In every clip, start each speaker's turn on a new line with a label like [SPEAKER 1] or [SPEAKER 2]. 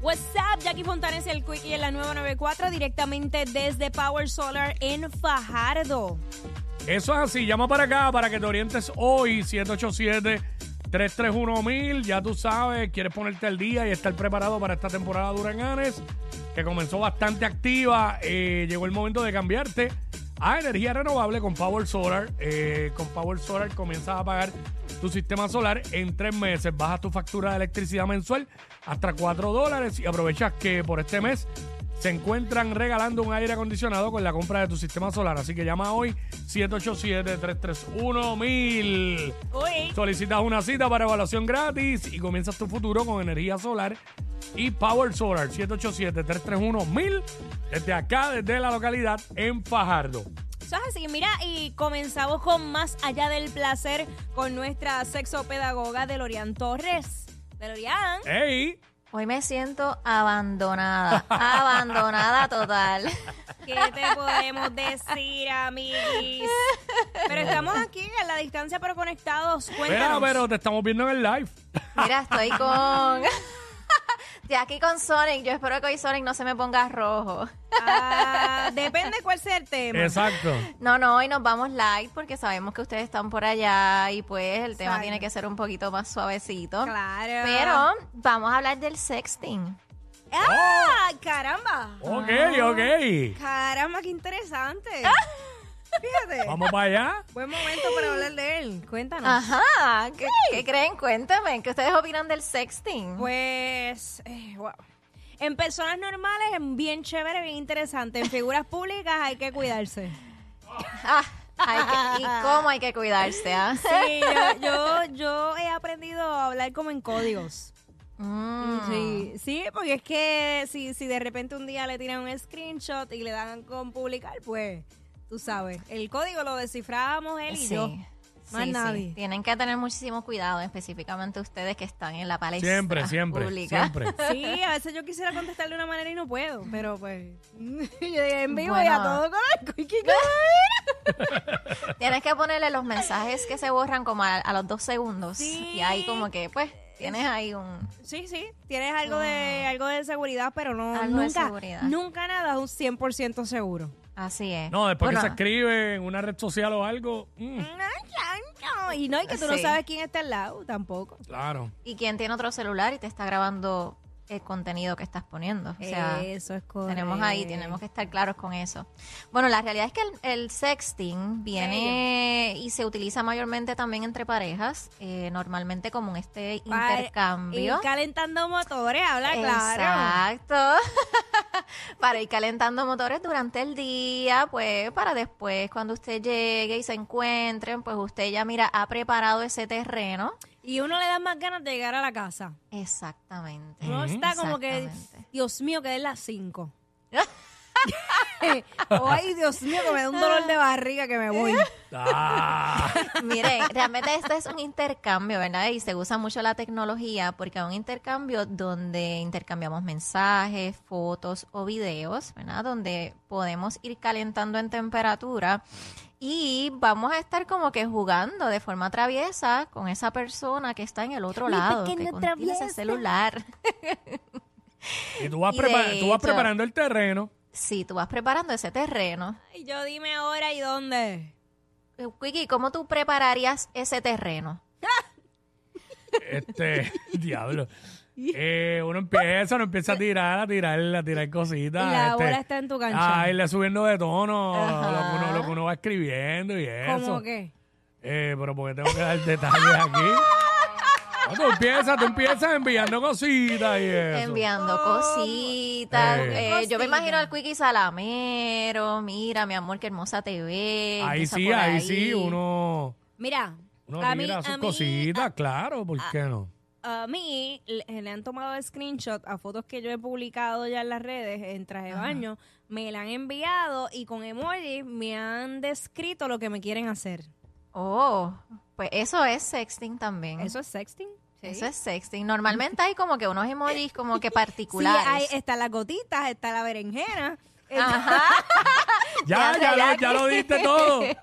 [SPEAKER 1] What's up, Jackie Fontanes, el Quickie en la 994, directamente desde Power Solar en Fajardo.
[SPEAKER 2] Eso es así, llama para acá para que te orientes hoy, 787-331-1000. Ya tú sabes, quieres ponerte al día y estar preparado para esta temporada de huracanes, que comenzó bastante activa. Eh, llegó el momento de cambiarte a energía renovable con Power Solar. Eh, con Power Solar comienzas a pagar tu sistema solar en tres meses. Bajas tu factura de electricidad mensual hasta 4 dólares y aprovechas que por este mes se encuentran regalando un aire acondicionado con la compra de tu sistema solar. Así que llama hoy 787-331-1000.
[SPEAKER 1] Uy.
[SPEAKER 2] Solicitas una cita para evaluación gratis y comienzas tu futuro con energía solar y Power Solar 787-331-1000 desde acá, desde la localidad en Fajardo.
[SPEAKER 1] Eso es así, mira, y comenzamos con Más Allá del Placer con nuestra sexopedagoga Delorian Torres. Delorian.
[SPEAKER 2] ¡Ey!
[SPEAKER 3] Hoy me siento abandonada, abandonada total.
[SPEAKER 1] ¿Qué te podemos decir, amiguis? Pero estamos aquí en la distancia, pero conectados.
[SPEAKER 2] Espera,
[SPEAKER 1] Cuéntanos.
[SPEAKER 2] pero te estamos viendo en el live.
[SPEAKER 3] Mira, estoy con... De aquí con Sonic, yo espero que hoy Sonic no se me ponga rojo.
[SPEAKER 1] Ah, depende cuál sea el tema.
[SPEAKER 2] Exacto.
[SPEAKER 3] No, no, hoy nos vamos live porque sabemos que ustedes están por allá y pues el tema
[SPEAKER 1] Exacto.
[SPEAKER 3] tiene que ser un poquito más suavecito.
[SPEAKER 1] Claro.
[SPEAKER 3] Pero vamos a hablar del sexting.
[SPEAKER 1] ¡Ah!
[SPEAKER 2] Oh.
[SPEAKER 1] ¡Caramba!
[SPEAKER 2] Ok, ok.
[SPEAKER 1] ¡Caramba, qué interesante!
[SPEAKER 3] Ah.
[SPEAKER 1] Fíjate.
[SPEAKER 2] Vamos para allá.
[SPEAKER 1] Buen momento para hablar de él. Cuéntanos.
[SPEAKER 3] Ajá, ¿qué, qué creen? Cuéntame, ¿qué ustedes opinan del sexting?
[SPEAKER 1] Pues, eh, wow. En personas normales, en bien chévere, bien interesante. En figuras públicas hay que cuidarse.
[SPEAKER 3] Ah, hay que- ¿Y cómo hay que cuidarse? ah?
[SPEAKER 1] Sí, yo, yo, yo he aprendido a hablar como en códigos.
[SPEAKER 3] Mm.
[SPEAKER 1] Sí, sí, porque es que si, si de repente un día le tiran un screenshot y le dan con publicar, pues tú sabes, el código lo descifrábamos él y yo. Más nadie.
[SPEAKER 3] Tienen que tener muchísimo cuidado, específicamente ustedes que están en la palestra
[SPEAKER 2] Siempre, siempre.
[SPEAKER 3] pública.
[SPEAKER 2] Siempre.
[SPEAKER 1] Sí, a veces yo quisiera contestar de una manera y no puedo, pero pues yo dije, en vivo y a
[SPEAKER 3] Bueno.
[SPEAKER 1] todo color. ¿qué- qué- qué?
[SPEAKER 3] Tienes que ponerle los mensajes que se borran como a, a los dos segundos.
[SPEAKER 1] Sí.
[SPEAKER 3] Y ahí como que, pues, tienes ahí un...
[SPEAKER 1] Sí, sí, tienes algo de algo de seguridad, pero no
[SPEAKER 3] Algo de
[SPEAKER 1] nunca
[SPEAKER 3] seguridad.
[SPEAKER 1] nunca nada es un 100% seguro.
[SPEAKER 3] Así es.
[SPEAKER 2] No, después que se
[SPEAKER 3] Bueno,
[SPEAKER 2] escribe en una red social o algo. mm,
[SPEAKER 1] Y no, y que tú no
[SPEAKER 3] Sí.
[SPEAKER 1] sabes quién está al lado tampoco.
[SPEAKER 2] claro.
[SPEAKER 3] Y quien tiene otro celular y te está grabando el contenido que estás poniendo. O sea,
[SPEAKER 1] Eso es correcto.
[SPEAKER 3] tenemos ahí, tenemos que estar claros con eso. Bueno, la realidad es que el, el sexting viene y se utiliza mayormente también entre parejas, eh, normalmente como en este
[SPEAKER 1] Pa-
[SPEAKER 3] intercambio.
[SPEAKER 1] Ir calentando motores, habla claro.
[SPEAKER 3] Exacto. para ir calentando motores durante el día, pues para después cuando usted llegue y se encuentren, pues usted ya mira, ha preparado ese terreno.
[SPEAKER 1] Y uno le da más ganas de llegar a la casa.
[SPEAKER 3] Exactamente.
[SPEAKER 1] Uno está como que,
[SPEAKER 3] Exactamente.
[SPEAKER 1] Dios mío, que es las 5. Ay, Dios mío, que me da un dolor de barriga que me voy.
[SPEAKER 2] Ah,
[SPEAKER 3] Mire, realmente este es un intercambio, ¿verdad? Y se usa mucho la tecnología porque es un intercambio donde intercambiamos mensajes, fotos o videos, ¿verdad? Donde podemos ir calentando en temperatura y vamos a estar como que jugando de forma traviesa con esa persona que está en el otro
[SPEAKER 1] Mi
[SPEAKER 3] lado, que
[SPEAKER 1] pequeño
[SPEAKER 3] contiene ese
[SPEAKER 1] travieso.
[SPEAKER 3] celular.
[SPEAKER 2] y tú vas,
[SPEAKER 3] Y de
[SPEAKER 2] prepara- tú vas
[SPEAKER 3] hecho-
[SPEAKER 2] preparando el terreno.
[SPEAKER 3] Sí, tú vas preparando ese terreno.
[SPEAKER 1] Y yo dime ahora y dónde.
[SPEAKER 3] Eh, Quiki, ¿cómo tú prepararías ese terreno?
[SPEAKER 2] Este, diablo. Eh, uno empieza, uno empieza a tirar, a tirar, a tirar cositas.
[SPEAKER 1] Y la
[SPEAKER 2] este,
[SPEAKER 1] bola está en tu cancha.
[SPEAKER 2] A irle subiendo de tono
[SPEAKER 3] Ajá.
[SPEAKER 2] lo que, uno, lo que uno va escribiendo y eso.
[SPEAKER 1] ¿Cómo que?
[SPEAKER 2] Eh, pero porque tengo que dar detalles aquí. No, tú empiezas, tú empiezas enviando cositas y eso.
[SPEAKER 3] enviando
[SPEAKER 1] Oh,
[SPEAKER 3] cositas.
[SPEAKER 2] eh.
[SPEAKER 3] Eh, yo
[SPEAKER 1] Cositas.
[SPEAKER 3] me imagino al Quickie Salamero. Mira, mi amor, qué hermosa te ves.
[SPEAKER 2] ahí
[SPEAKER 3] empieza
[SPEAKER 2] sí,
[SPEAKER 3] por
[SPEAKER 2] ahí sí, uno,
[SPEAKER 1] Mira,
[SPEAKER 2] uno
[SPEAKER 1] a mí,
[SPEAKER 2] tira sus
[SPEAKER 1] a mí-
[SPEAKER 2] cositas, claro, ¿por qué no?
[SPEAKER 1] a mí le, le han tomado screenshot a fotos que yo he publicado ya en las redes en traje de baño, me la han enviado y con emoji me han descrito lo que me quieren hacer.
[SPEAKER 3] Oh, pues eso es sexting también.
[SPEAKER 1] ¿Eso es sexting?
[SPEAKER 3] Eso es sexting. Normalmente hay como que unos emojis como que
[SPEAKER 1] Sí, eh,
[SPEAKER 3] particulares.
[SPEAKER 1] ahí está las gotitas, está la berenjena.
[SPEAKER 3] Ajá.
[SPEAKER 2] Ya,
[SPEAKER 3] Ya,
[SPEAKER 2] ya,
[SPEAKER 3] ya.
[SPEAKER 2] lo, ya lo diste todo.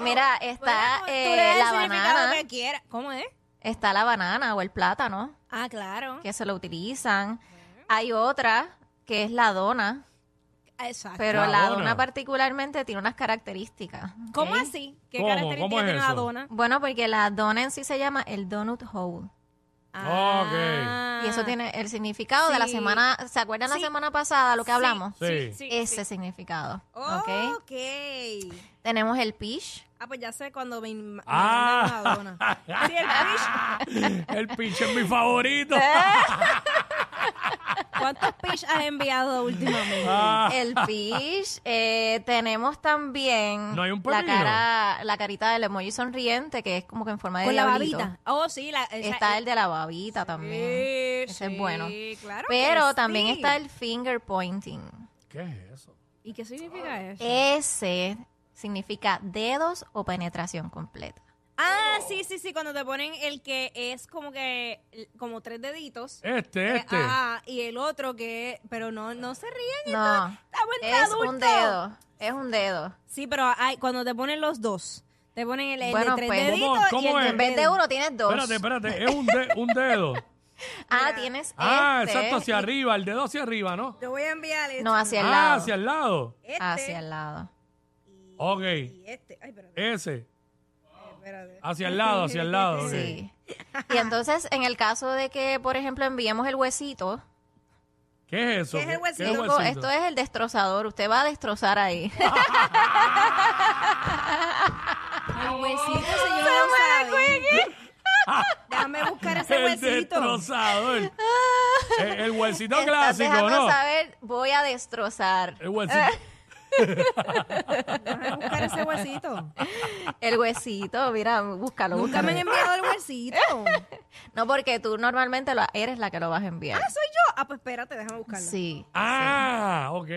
[SPEAKER 3] Mira, está
[SPEAKER 1] Bueno, tú le
[SPEAKER 3] eh,
[SPEAKER 1] das el
[SPEAKER 3] la
[SPEAKER 1] significado
[SPEAKER 3] Ah, eh, banana.
[SPEAKER 1] que quieras. ¿Cómo es?
[SPEAKER 3] Está la banana o el plátano,
[SPEAKER 1] Ah, claro.
[SPEAKER 3] que se lo utilizan. Hay otra que es la dona,
[SPEAKER 1] Exacto.
[SPEAKER 3] pero
[SPEAKER 2] Ah, La
[SPEAKER 3] la,
[SPEAKER 2] dona.
[SPEAKER 3] dona. particularmente tiene unas características.
[SPEAKER 1] ¿Cómo
[SPEAKER 3] ¿ok?
[SPEAKER 1] así? ¿Qué
[SPEAKER 2] ¿Cómo?
[SPEAKER 1] características
[SPEAKER 2] ¿Cómo es
[SPEAKER 1] tiene la
[SPEAKER 2] eso?
[SPEAKER 1] dona?
[SPEAKER 3] Bueno, porque la dona en sí se llama el donut hole.
[SPEAKER 1] Ah.
[SPEAKER 3] Y eso tiene el significado de la
[SPEAKER 1] Sí.
[SPEAKER 3] semana. ¿Se acuerdan
[SPEAKER 1] Sí.
[SPEAKER 3] la semana pasada lo que
[SPEAKER 1] Sí,
[SPEAKER 3] hablamos?
[SPEAKER 1] Sí,
[SPEAKER 2] Sí.
[SPEAKER 1] sí, sí.
[SPEAKER 3] Ese significado.
[SPEAKER 1] Ok.
[SPEAKER 3] ¿Ok? Tenemos el pish.
[SPEAKER 1] Ah, pues ya sé cuando me, me
[SPEAKER 2] Ah.
[SPEAKER 1] mandan la dona. Sí, el pish.
[SPEAKER 2] El pinche es mi favorito.
[SPEAKER 1] ¿Cuántos pish has enviado últimamente?
[SPEAKER 2] Ah,
[SPEAKER 3] El pish. Eh, tenemos también
[SPEAKER 2] ¿No hay un
[SPEAKER 3] la
[SPEAKER 2] pepino?
[SPEAKER 3] cara, la carita del emoji sonriente, que es como que en forma de
[SPEAKER 1] Con la
[SPEAKER 3] diablito.
[SPEAKER 1] babita. Oh, sí. La, esa-
[SPEAKER 3] Está el de la babita también.
[SPEAKER 1] Sí,
[SPEAKER 3] Ese
[SPEAKER 1] sí,
[SPEAKER 3] es bueno.
[SPEAKER 1] claro
[SPEAKER 3] Pero
[SPEAKER 1] que
[SPEAKER 3] también
[SPEAKER 1] sí.
[SPEAKER 3] está el finger pointing.
[SPEAKER 2] ¿Qué es eso?
[SPEAKER 1] ¿Y qué significa eso?
[SPEAKER 3] Ese significa dedos o penetración completa.
[SPEAKER 1] ah,
[SPEAKER 2] Oh.
[SPEAKER 1] sí, sí, sí. Cuando te ponen el que es como que... Como tres deditos.
[SPEAKER 2] Este,
[SPEAKER 1] Eh,
[SPEAKER 2] este.
[SPEAKER 1] ah, y el otro que... Pero no, no se ríen.
[SPEAKER 3] No,
[SPEAKER 1] Estamos entre
[SPEAKER 3] es
[SPEAKER 1] adultos.
[SPEAKER 3] un dedo. Es un dedo.
[SPEAKER 1] Sí, pero hay, cuando te ponen los dos, te ponen el, el
[SPEAKER 3] Bueno,
[SPEAKER 1] de tres
[SPEAKER 3] pues,
[SPEAKER 1] deditos
[SPEAKER 2] ¿Cómo-
[SPEAKER 1] y
[SPEAKER 2] cómo
[SPEAKER 1] el
[SPEAKER 2] es?
[SPEAKER 1] de
[SPEAKER 3] En vez de uno tienes dos.
[SPEAKER 2] Espérate, espérate. Es un, de- un dedo.
[SPEAKER 3] Ah, tienes
[SPEAKER 2] Ah,
[SPEAKER 3] este.
[SPEAKER 2] exacto, hacia arriba. El dedo hacia arriba, ¿no?
[SPEAKER 1] Yo voy a enviar este,
[SPEAKER 3] No, hacia el
[SPEAKER 2] ah,
[SPEAKER 3] lado.
[SPEAKER 2] hacia el lado.
[SPEAKER 1] este
[SPEAKER 3] Hacia el lado.
[SPEAKER 1] y,
[SPEAKER 2] Ok.
[SPEAKER 1] y este. Ay, espérate,
[SPEAKER 2] Ese.
[SPEAKER 1] espérate.
[SPEAKER 2] Hacia el lado, hacia el lado. ok.
[SPEAKER 3] Sí. Y entonces, en el caso de que, por ejemplo, enviemos el huesito,
[SPEAKER 2] ¿Qué es eso?
[SPEAKER 1] ¿Qué es el huesito?
[SPEAKER 3] digo,
[SPEAKER 2] huesito?
[SPEAKER 3] esto es el destrozador. Usted va a destrozar ahí.
[SPEAKER 1] Ay, huesito, si yo no sabía. Déjame buscar ese
[SPEAKER 2] el
[SPEAKER 1] huesito.
[SPEAKER 2] destrozador. Eh, el, huesito
[SPEAKER 3] Estás
[SPEAKER 2] clásico,
[SPEAKER 3] dejando
[SPEAKER 2] ¿no?
[SPEAKER 3] saber, voy a destrozar.
[SPEAKER 2] El huesito.
[SPEAKER 1] Déjame buscar ese huesito.
[SPEAKER 3] El huesito, mira, búscalo,
[SPEAKER 1] Nunca
[SPEAKER 3] búscalo.
[SPEAKER 1] me han enviado el huesito. Ah,
[SPEAKER 3] No, porque tú normalmente lo- eres la que lo vas a enviar.
[SPEAKER 1] soy yo. Ah, pues espérate, déjame buscarlo.
[SPEAKER 3] Sí.
[SPEAKER 2] Ah, ok.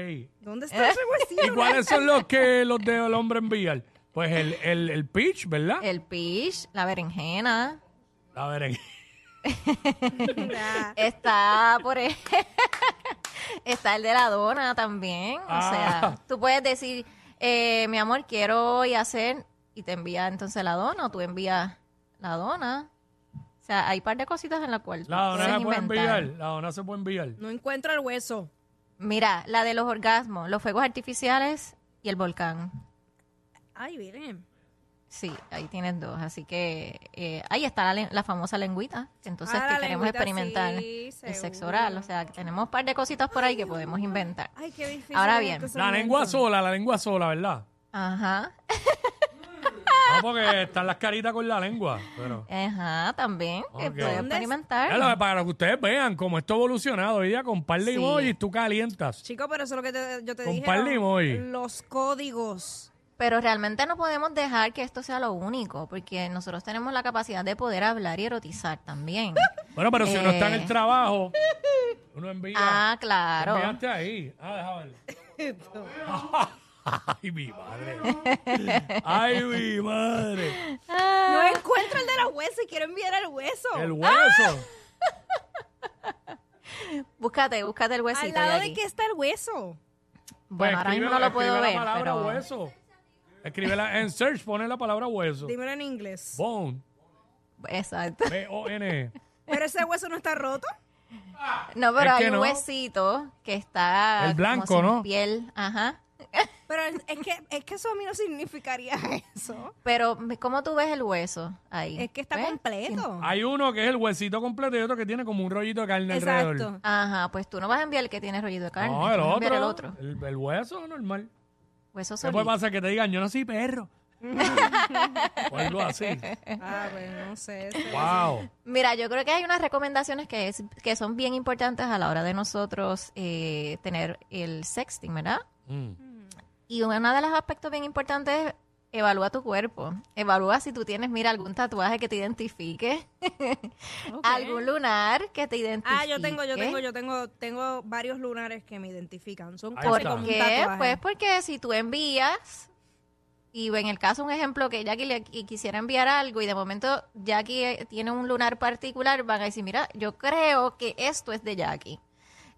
[SPEAKER 1] ¿Dónde está ese
[SPEAKER 2] ¿Y
[SPEAKER 1] huesito?
[SPEAKER 2] cuáles son los que los del hombre envían? Pues el, el, el pitch, ¿verdad?
[SPEAKER 3] El pish, la berenjena.
[SPEAKER 2] A ver, en-
[SPEAKER 1] Mira.
[SPEAKER 3] Está por e- está el de la dona también. O
[SPEAKER 2] Ah.
[SPEAKER 3] sea, tú puedes decir, eh, mi amor, quiero hoy hacer, y te envía entonces la dona, o tú envías la dona. O sea, hay un par de cositas en la cual tú
[SPEAKER 2] la dona
[SPEAKER 3] puedes
[SPEAKER 2] se puede
[SPEAKER 3] inventar.
[SPEAKER 2] enviar. La dona se puede enviar.
[SPEAKER 1] No encuentro el hueso.
[SPEAKER 3] Mira, la de los orgasmos, los fuegos artificiales y el volcán.
[SPEAKER 1] Ay, miren.
[SPEAKER 3] Sí, ahí tienes dos. Así que eh, ahí está la, len- la famosa lengüita. que Entonces,
[SPEAKER 1] Ah,
[SPEAKER 3] que
[SPEAKER 1] la
[SPEAKER 3] queremos
[SPEAKER 1] lengüita,
[SPEAKER 3] experimentar
[SPEAKER 1] sí,
[SPEAKER 3] el sexo
[SPEAKER 1] seguro.
[SPEAKER 3] oral. O sea, que tenemos un par de cositas por ahí que podemos inventar.
[SPEAKER 1] Ay, qué difícil.
[SPEAKER 3] Ahora
[SPEAKER 1] es
[SPEAKER 3] bien,
[SPEAKER 1] este
[SPEAKER 2] La
[SPEAKER 1] segmento.
[SPEAKER 2] lengua sola, la lengua sola, ¿verdad?
[SPEAKER 3] Ajá.
[SPEAKER 2] No, porque están las caritas con la lengua. Pero...
[SPEAKER 3] Ajá, también. Que
[SPEAKER 2] Ok.
[SPEAKER 3] puedes
[SPEAKER 1] ¿Dónde es?
[SPEAKER 2] Ya
[SPEAKER 3] experimentar.
[SPEAKER 2] lo- para que ustedes vean cómo esto ha evolucionado. Y ya con par de
[SPEAKER 3] Sí.
[SPEAKER 2] emojis tú calientas.
[SPEAKER 1] Chico, pero eso es lo que te- yo te
[SPEAKER 2] Con
[SPEAKER 1] dije.
[SPEAKER 2] par
[SPEAKER 1] los-
[SPEAKER 2] de emoji.
[SPEAKER 1] Los códigos.
[SPEAKER 3] Pero realmente no podemos dejar que esto sea lo único, porque nosotros tenemos la capacidad de poder hablar y erotizar también.
[SPEAKER 2] Bueno, pero si uno está en
[SPEAKER 3] Eh.
[SPEAKER 2] el trabajo, uno envía.
[SPEAKER 3] ah, claro.
[SPEAKER 2] Enviaste ahí. Ah, deja ver. Ay, mi madre. Ay, mi madre.
[SPEAKER 3] Ah.
[SPEAKER 1] No encuentro el de los huesos y quiero enviar el hueso.
[SPEAKER 2] El hueso.
[SPEAKER 3] Ah. Búscate, búscate el
[SPEAKER 1] Al
[SPEAKER 3] huesito.
[SPEAKER 1] lado de
[SPEAKER 3] Jackie.
[SPEAKER 1] qué está el hueso.
[SPEAKER 3] Bueno, ahora mismo
[SPEAKER 2] escribe-
[SPEAKER 3] no lo
[SPEAKER 2] escribe
[SPEAKER 3] puedo ver.
[SPEAKER 2] La palabra
[SPEAKER 3] pero-
[SPEAKER 2] hueso. Escribe la- en search, pone la palabra hueso.
[SPEAKER 1] Dímelo en inglés.
[SPEAKER 2] Bone.
[SPEAKER 3] Exacto.
[SPEAKER 2] B-O-N.
[SPEAKER 1] Pero ese hueso no está roto.
[SPEAKER 3] No, pero
[SPEAKER 2] Es que
[SPEAKER 3] hay un
[SPEAKER 2] no.
[SPEAKER 3] huesito que está
[SPEAKER 2] El
[SPEAKER 3] como
[SPEAKER 2] blanco,
[SPEAKER 3] sin
[SPEAKER 2] ¿no?
[SPEAKER 3] piel, ajá.
[SPEAKER 1] Pero es, es que, es que eso a mí no significaría eso.
[SPEAKER 3] Pero ¿cómo tú ves el hueso ahí?
[SPEAKER 1] Es que está
[SPEAKER 3] ¿Ves? Sin-
[SPEAKER 1] completo.
[SPEAKER 2] Hay uno que es el huesito completo y otro que tiene como un rollito de carne alrededor.
[SPEAKER 1] Exacto.
[SPEAKER 3] Ajá, pues tú no vas a enviar el que tiene rollito de carne,
[SPEAKER 2] No,
[SPEAKER 3] tú
[SPEAKER 2] el
[SPEAKER 3] vas a
[SPEAKER 2] otro.
[SPEAKER 3] enviar el otro.
[SPEAKER 2] El, el hueso normal.
[SPEAKER 3] Hueso
[SPEAKER 2] ¿Qué puede
[SPEAKER 3] solito.
[SPEAKER 2] pasar? Que te digan, yo no soy perro. o algo así.
[SPEAKER 1] Ah, pues no sé. ese-
[SPEAKER 2] Wow.
[SPEAKER 3] Mira, yo creo que hay unas recomendaciones que es que son bien importantes a la hora de nosotros eh, tener el sexting, ¿verdad?
[SPEAKER 2] Mm.
[SPEAKER 3] Y uno de los aspectos bien importantes es evalúa tu cuerpo. Evalúa si tú tienes, mira, algún tatuaje que te identifique,
[SPEAKER 1] Ok.
[SPEAKER 3] algún lunar que te identifique.
[SPEAKER 1] Ah, yo tengo, yo tengo, yo tengo, tengo varios lunares que me identifican. Son
[SPEAKER 2] Ahí
[SPEAKER 1] casi
[SPEAKER 2] está.
[SPEAKER 1] como un
[SPEAKER 3] ¿Qué?
[SPEAKER 1] tatuaje.
[SPEAKER 3] Pues porque si tú envías, y en el caso, un ejemplo, que Jackie le qui- quisiera enviar algo y de momento Jackie eh, tiene un lunar particular, van a decir, mira, yo creo que esto es de Jackie.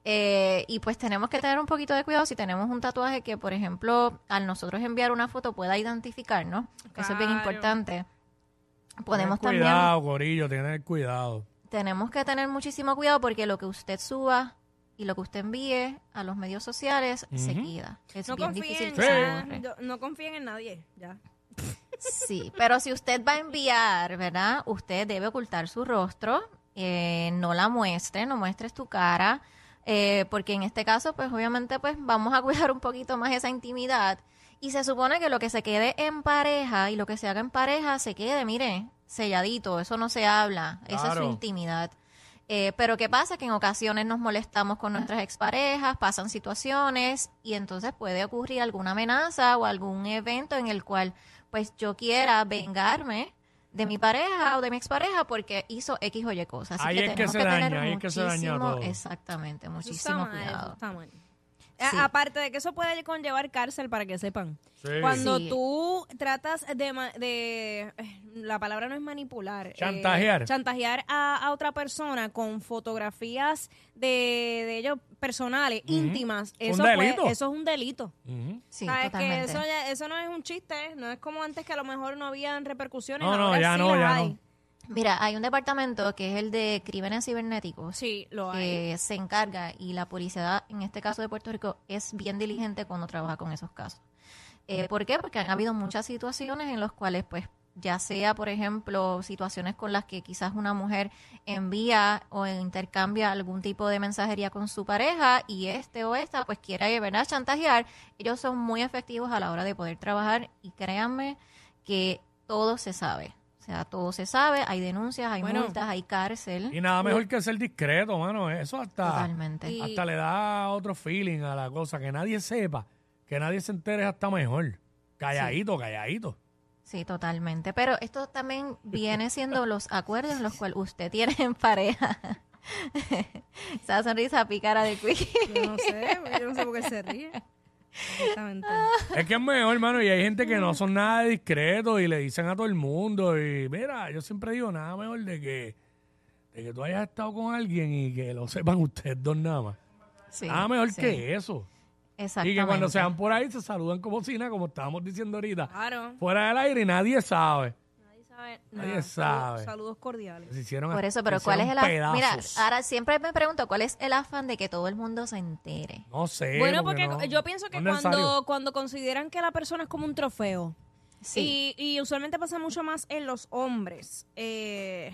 [SPEAKER 3] Eh, y pues tenemos que tener un poquito de cuidado si tenemos un tatuaje que, por ejemplo, al nosotros enviar una foto pueda identificarnos. Eso es bien
[SPEAKER 1] Claro.
[SPEAKER 3] importante. Podemos
[SPEAKER 2] Tener
[SPEAKER 3] también
[SPEAKER 2] Cuidado, gorillo, tener cuidado.
[SPEAKER 3] tenemos que tener muchísimo cuidado porque lo que usted suba y lo que usted envíe a los medios sociales se
[SPEAKER 2] Ujú.
[SPEAKER 3] queda. Es
[SPEAKER 1] No
[SPEAKER 3] bien
[SPEAKER 1] confíen,
[SPEAKER 3] difícil
[SPEAKER 2] Sí.
[SPEAKER 3] que se
[SPEAKER 1] ya,
[SPEAKER 3] borre.
[SPEAKER 1] yo- no confíen en nadie, ya.
[SPEAKER 3] Sí, pero si usted va a enviar, ¿verdad? Usted debe ocultar su rostro, eh, no la muestre, no muestres tu cara, eh, porque en este caso, pues obviamente, pues vamos a cuidar un poquito más esa intimidad. Y se supone que lo que se quede en pareja y lo que se haga en pareja se quede, mire, selladito, eso no se habla, esa es su
[SPEAKER 2] Claro.
[SPEAKER 3] intimidad. Eh, pero ¿qué pasa? Que en ocasiones nos molestamos con nuestras exparejas, pasan situaciones y entonces puede ocurrir alguna amenaza o algún evento en el cual pues yo quiera vengarme de mi pareja o de mi expareja porque hizo X o Y cosas. Así
[SPEAKER 2] Ahí
[SPEAKER 3] que
[SPEAKER 2] es que
[SPEAKER 3] tenemos
[SPEAKER 2] se
[SPEAKER 3] que
[SPEAKER 2] daña,
[SPEAKER 3] tener
[SPEAKER 2] ahí es que se daña
[SPEAKER 3] muchísimo-
[SPEAKER 2] todo.
[SPEAKER 3] Exactamente,
[SPEAKER 1] Eso está
[SPEAKER 3] muchísimo
[SPEAKER 1] mal, eso
[SPEAKER 3] cuidado.
[SPEAKER 1] está mal.
[SPEAKER 3] Sí.
[SPEAKER 1] A- Aparte de que eso puede conllevar cárcel para que sepan.
[SPEAKER 2] Sí.
[SPEAKER 1] Cuando
[SPEAKER 3] Sí.
[SPEAKER 1] tú tratas de, ma- de- eh, la palabra no es manipular, eh,
[SPEAKER 2] Chantajear.
[SPEAKER 1] chantajear a, a otra persona con fotografías de, de ellos personales, íntimas,
[SPEAKER 2] Un
[SPEAKER 1] eso, puede-
[SPEAKER 2] delito.
[SPEAKER 1] eso es un delito.
[SPEAKER 2] Ujú.
[SPEAKER 3] Sí,
[SPEAKER 1] ¿Sabes? Ah, Que
[SPEAKER 3] totalmente.
[SPEAKER 1] eso, ya- eso no es un chiste, no es como antes que a lo mejor no habían repercusiones.
[SPEAKER 2] No, no,
[SPEAKER 1] ahora
[SPEAKER 2] ya
[SPEAKER 1] sí
[SPEAKER 2] no,
[SPEAKER 1] las
[SPEAKER 2] ya
[SPEAKER 1] hay.
[SPEAKER 2] no.
[SPEAKER 3] Mira, hay un departamento que es el de crímenes cibernéticos
[SPEAKER 1] Sí, lo hay.
[SPEAKER 3] que se encarga y la policía, en este caso de Puerto Rico, es bien diligente cuando trabaja con esos casos. Eh, ¿Por qué? Porque han habido muchas situaciones en las cuales, pues, ya sea, por ejemplo, situaciones con las que quizás una mujer envía o intercambia algún tipo de mensajería con su pareja y este o esta, pues, quiera ¿verdad? chantajear, ellos son muy efectivos a la hora de poder trabajar y créanme que todo se sabe. O sea, todo se sabe, hay denuncias, hay
[SPEAKER 1] Bueno.
[SPEAKER 3] multas, hay cárcel.
[SPEAKER 2] Y nada mejor que ser discreto, mano. Eso hasta,
[SPEAKER 3] Totalmente.
[SPEAKER 1] Y-
[SPEAKER 2] hasta le da otro feeling a la cosa. Que nadie sepa, que nadie se entere es hasta mejor. Calladito, calladito.
[SPEAKER 3] Sí, totalmente. Pero esto también viene siendo los acuerdos en los cuales usted tiene en pareja. Esa sonrisa pícara de Quickie.
[SPEAKER 1] Yo no sé, yo no sé por qué se ríe. Exactamente.
[SPEAKER 2] Es que es mejor, hermano, y hay gente que no son nada discretos y le dicen a todo el mundo. Y mira, yo siempre digo nada mejor de que, de que tú hayas estado con alguien y que lo sepan ustedes dos nada más.
[SPEAKER 3] Sí,
[SPEAKER 2] nada Ah, mejor
[SPEAKER 3] sí,
[SPEAKER 2] que eso.
[SPEAKER 3] Exactamente.
[SPEAKER 2] Y que cuando se van por ahí se saludan como si nada, como estábamos diciendo ahorita.
[SPEAKER 1] Claro.
[SPEAKER 2] Fuera del aire y nadie sabe.
[SPEAKER 1] Nadie sabe.
[SPEAKER 2] Nadie
[SPEAKER 1] nada.
[SPEAKER 2] sabe.
[SPEAKER 1] Saludos, saludos cordiales.
[SPEAKER 2] Se hicieron
[SPEAKER 3] Por eso, pero
[SPEAKER 2] se
[SPEAKER 3] ¿cuál es el
[SPEAKER 2] hicieron
[SPEAKER 3] afán? Mira,
[SPEAKER 2] pedazos.
[SPEAKER 3] ahora siempre me pregunto, ¿cuál es el afán de que todo el mundo se entere?
[SPEAKER 2] No sé.
[SPEAKER 1] Bueno, porque
[SPEAKER 2] no-
[SPEAKER 1] yo pienso que
[SPEAKER 2] no es necesario.
[SPEAKER 1] cuando, cuando consideran que la persona es como un trofeo,
[SPEAKER 3] Sí.
[SPEAKER 1] y, y usualmente pasa mucho más en los hombres, eh,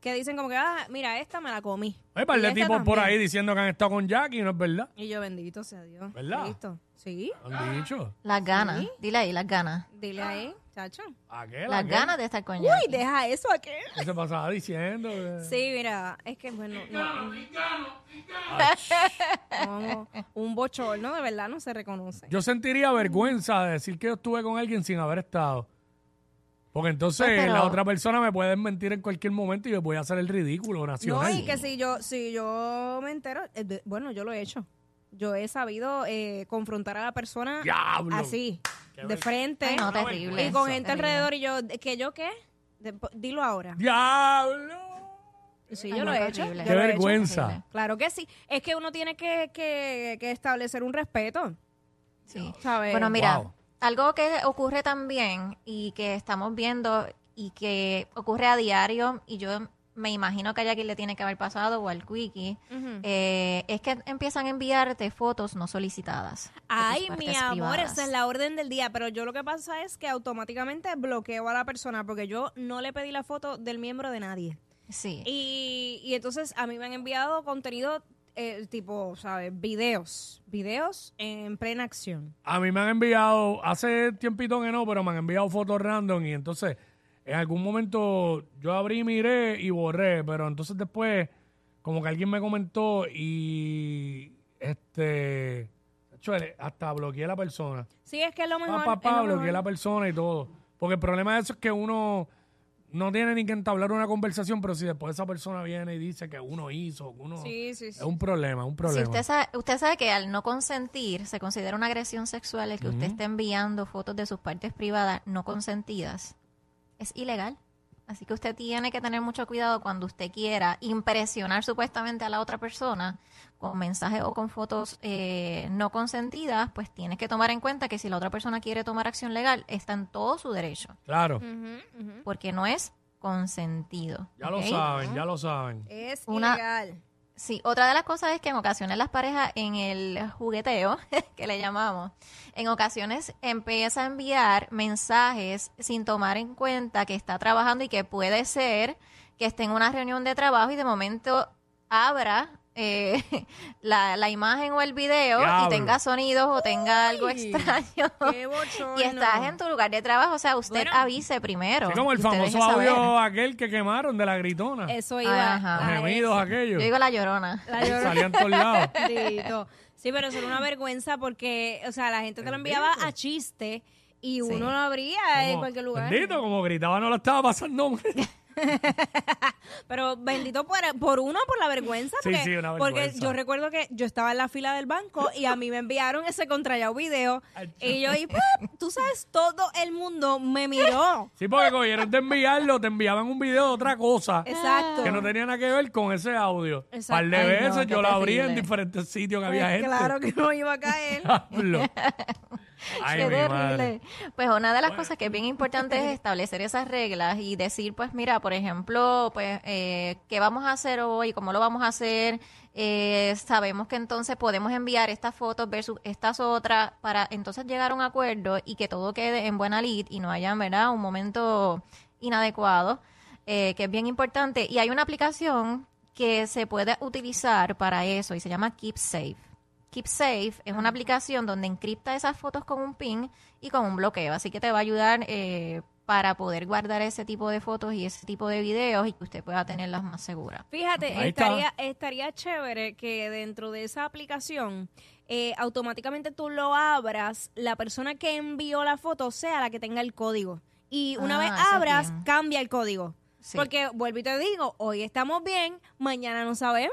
[SPEAKER 1] que dicen como que, ah, mira, esta me la comí.
[SPEAKER 2] Hay par
[SPEAKER 1] Y
[SPEAKER 2] de
[SPEAKER 1] esta
[SPEAKER 2] tipos por
[SPEAKER 1] también.
[SPEAKER 2] ahí diciendo que han estado con Jackie, no es verdad.
[SPEAKER 1] Y yo, bendito sea Dios.
[SPEAKER 2] ¿Verdad?
[SPEAKER 1] Listo. Sí,
[SPEAKER 2] Han dicho.
[SPEAKER 3] Las ganas. Dile ahí, las ganas.
[SPEAKER 1] dile ahí, chacho.
[SPEAKER 2] Aquel,
[SPEAKER 3] Las
[SPEAKER 2] aquel.
[SPEAKER 3] ganas de estar con
[SPEAKER 1] Uy,
[SPEAKER 3] Jackie.
[SPEAKER 1] deja eso aquí.
[SPEAKER 2] ¿Qué se pasaba diciendo? eh?
[SPEAKER 1] Sí, mira, es que bueno, no,
[SPEAKER 2] Ah,
[SPEAKER 1] no, un bochorno de verdad no se reconoce.
[SPEAKER 2] yo sentiría vergüenza de decir que yo estuve con alguien sin haber estado. Porque entonces
[SPEAKER 3] Pues, pero-
[SPEAKER 2] la otra persona me puede mentir en cualquier momento y yo voy a hacer el ridículo
[SPEAKER 1] No,
[SPEAKER 2] nacional.
[SPEAKER 1] y que si yo, si yo me entero, eh, de- bueno, yo lo he hecho. Yo he sabido eh, confrontar a la persona
[SPEAKER 2] ¡Diablo!
[SPEAKER 1] así, de frente,
[SPEAKER 3] Ay, no, terrible.
[SPEAKER 1] y con
[SPEAKER 3] eso,
[SPEAKER 1] gente
[SPEAKER 3] terrible.
[SPEAKER 1] alrededor y yo, ¿de- ¿que yo qué? De- po- dilo ahora.
[SPEAKER 2] ¡Diablo!
[SPEAKER 1] Sí,
[SPEAKER 3] Ay,
[SPEAKER 1] yo
[SPEAKER 3] no,
[SPEAKER 1] lo he hecho.
[SPEAKER 3] terrible.
[SPEAKER 1] yo
[SPEAKER 2] ¡Qué
[SPEAKER 1] lo he hecho.
[SPEAKER 2] vergüenza!
[SPEAKER 1] Claro que sí. Es que uno tiene que, que- que establecer un respeto,
[SPEAKER 3] Sí.
[SPEAKER 1] ¿sabes?
[SPEAKER 3] Bueno, mira,
[SPEAKER 2] Wow.
[SPEAKER 3] algo que ocurre también y que estamos viendo y que ocurre a diario, y yo me imagino que a Jackie le tiene que haber pasado o al Quickie,
[SPEAKER 1] Ujú.
[SPEAKER 3] eh, es que empiezan a enviarte fotos no solicitadas. de tus
[SPEAKER 1] Ay, mi
[SPEAKER 3] partes
[SPEAKER 1] amor,
[SPEAKER 3] privadas.
[SPEAKER 1] esa es la orden del día. Pero yo lo que pasa es que automáticamente bloqueo a la persona porque yo no le pedí la foto del miembro de nadie.
[SPEAKER 3] Sí.
[SPEAKER 1] Y, y entonces a mí me han enviado contenido eh, tipo, ¿sabes? Videos. Videos en plena acción.
[SPEAKER 2] A mí me han enviado, hace tiempito que no, pero me han enviado fotos random y entonces en algún momento yo abrí, miré y borré, pero entonces después como que alguien me comentó y este, chole, hasta bloqueé a la persona.
[SPEAKER 1] Sí, es que es lo mejor.
[SPEAKER 2] Papá,
[SPEAKER 1] es lo
[SPEAKER 2] bloqueé a la
[SPEAKER 1] mejor.
[SPEAKER 2] persona y todo. Porque el problema de eso es que uno no tiene ni que entablar una conversación, pero si después esa persona viene y dice que uno hizo, que uno...
[SPEAKER 1] Sí, sí, sí.
[SPEAKER 2] Es un problema, es un
[SPEAKER 3] Si
[SPEAKER 2] problema.
[SPEAKER 3] usted sabe, usted sabe que al no consentir se considera una agresión sexual el que usted esté enviando fotos de sus partes privadas no consentidas, es ilegal. Así que usted tiene que tener mucho cuidado cuando usted quiera impresionar supuestamente a la otra persona con mensajes o con fotos eh, no consentidas, pues tienes que tomar en cuenta que si la otra persona quiere tomar acción legal, está en todo su derecho,
[SPEAKER 2] Claro,
[SPEAKER 1] Mm, Ujú, ujú.
[SPEAKER 3] porque no es consentido.
[SPEAKER 2] ya lo
[SPEAKER 3] ¿ok?
[SPEAKER 2] saben, ya lo saben.
[SPEAKER 1] Es
[SPEAKER 3] Una-
[SPEAKER 1] ilegal.
[SPEAKER 3] Sí, otra de las cosas es que en ocasiones las parejas en el jugueteo, que le llamamos, en ocasiones empieza a enviar mensajes sin tomar en cuenta que está trabajando y que puede ser que esté en una reunión de trabajo y de momento abra eh, la, la imagen o el video
[SPEAKER 2] Diablo.
[SPEAKER 3] y tenga sonidos o tenga algo
[SPEAKER 1] Ay,
[SPEAKER 3] extraño.
[SPEAKER 1] Qué bochorno.
[SPEAKER 3] Y estás en tu lugar de trabajo, o sea, usted
[SPEAKER 1] Bueno.
[SPEAKER 3] avise primero.
[SPEAKER 2] Sí, como el
[SPEAKER 3] y usted deje
[SPEAKER 2] famoso
[SPEAKER 3] saber.
[SPEAKER 2] audio aquel que quemaron de la gritona.
[SPEAKER 1] Eso iba.
[SPEAKER 3] Ajá.
[SPEAKER 1] a
[SPEAKER 2] Los gemidos
[SPEAKER 3] Yo
[SPEAKER 2] aquellos.
[SPEAKER 3] digo la llorona.
[SPEAKER 1] La llorona.
[SPEAKER 2] Salían todos lados.
[SPEAKER 1] Bendito. Sí, pero eso era una vergüenza porque, o sea, la gente te lo enviaba a chiste y uno lo abría en
[SPEAKER 2] Como-
[SPEAKER 1] cualquier lugar.
[SPEAKER 2] Bendito, como gritaba, no la estaba pasando. hombre.
[SPEAKER 1] Pero bendito por, por uno, por la vergüenza.
[SPEAKER 2] Sí,
[SPEAKER 1] Porque,
[SPEAKER 2] sí, una
[SPEAKER 1] porque
[SPEAKER 2] vergüenza.
[SPEAKER 1] yo recuerdo que yo estaba en la fila del banco y a mí me enviaron ese contrallado video. y yo, y, ¡pap! tú sabes, todo el mundo me miró.
[SPEAKER 2] Sí, porque cogieron de enviarlo, te enviaban un video de otra cosa
[SPEAKER 1] Exacto.
[SPEAKER 2] que no tenía nada que ver con ese audio. Un
[SPEAKER 1] Exacto.
[SPEAKER 2] par de
[SPEAKER 3] Ay, no,
[SPEAKER 2] veces
[SPEAKER 3] qué
[SPEAKER 2] yo lo abrí en
[SPEAKER 3] terrible.
[SPEAKER 2] diferentes sitios que
[SPEAKER 1] Pues
[SPEAKER 2] había gente.
[SPEAKER 1] Claro que no iba a caer.
[SPEAKER 2] Diablo. Ay,
[SPEAKER 3] Qué
[SPEAKER 2] mi
[SPEAKER 3] terrible.
[SPEAKER 2] madre.
[SPEAKER 3] Pues una de las cosas que es bien importante es establecer esas reglas y decir, pues mira, por ejemplo, pues eh, qué vamos a hacer hoy, cómo lo vamos a hacer. Eh, sabemos que entonces podemos enviar estas fotos versus estas otras para entonces llegar a un acuerdo y que todo quede en buena lid y no haya, ¿verdad?, un momento inadecuado, eh, que es bien importante. Y hay una aplicación que se puede utilizar para eso y se llama Keep Safe. Keep Safe es una aplicación donde encripta esas fotos con un pin y con un bloqueo. Así que te va a ayudar eh, para poder guardar ese tipo de fotos y ese tipo de videos y que usted pueda tenerlas más seguras.
[SPEAKER 1] Fíjate,
[SPEAKER 2] Ahí está.
[SPEAKER 1] estaría, estaría chévere que dentro de esa aplicación eh, automáticamente tú lo abras, la persona que envió la foto sea la que tenga el código. Y una
[SPEAKER 3] Ah,
[SPEAKER 1] vez
[SPEAKER 3] eso es
[SPEAKER 1] abras,
[SPEAKER 3] bien.
[SPEAKER 1] cambia el código.
[SPEAKER 3] Sí.
[SPEAKER 1] Porque vuelvo y te digo, hoy estamos bien, mañana no sabemos.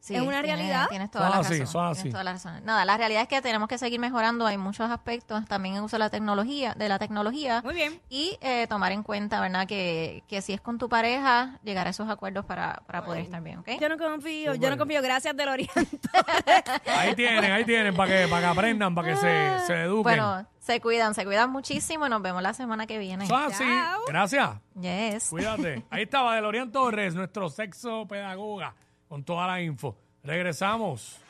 [SPEAKER 3] Sí,
[SPEAKER 1] ¿Es una
[SPEAKER 3] tienes-
[SPEAKER 1] realidad?
[SPEAKER 3] Tienes toda
[SPEAKER 2] Eso
[SPEAKER 3] la
[SPEAKER 2] así,
[SPEAKER 3] razón.
[SPEAKER 2] eso Ah, así.
[SPEAKER 3] tienes toda la razón. Nada, la realidad es que tenemos que seguir mejorando. Hay muchos aspectos. También el uso de la tecnología, de la tecnología.
[SPEAKER 1] Muy bien.
[SPEAKER 3] Y eh, tomar en cuenta, ¿verdad? Que, que si es con tu pareja, llegar a esos acuerdos para, para poder estar bien, ¿ok?
[SPEAKER 1] Yo no confío, yo
[SPEAKER 2] Súper.
[SPEAKER 1] no confío. Gracias del Oriente.
[SPEAKER 2] Ahí tienen, ahí tienen, para que, para que aprendan, para que se, se eduquen.
[SPEAKER 3] Ah, Bueno, se cuidan, se cuidan muchísimo y nos vemos la semana que viene.
[SPEAKER 2] Eso es así.
[SPEAKER 1] Chao.
[SPEAKER 2] Gracias.
[SPEAKER 3] Yes.
[SPEAKER 2] Cuídate. Ahí estaba Delorian Torres, nuestro sexo pedagoga, con toda la info. Regresamos.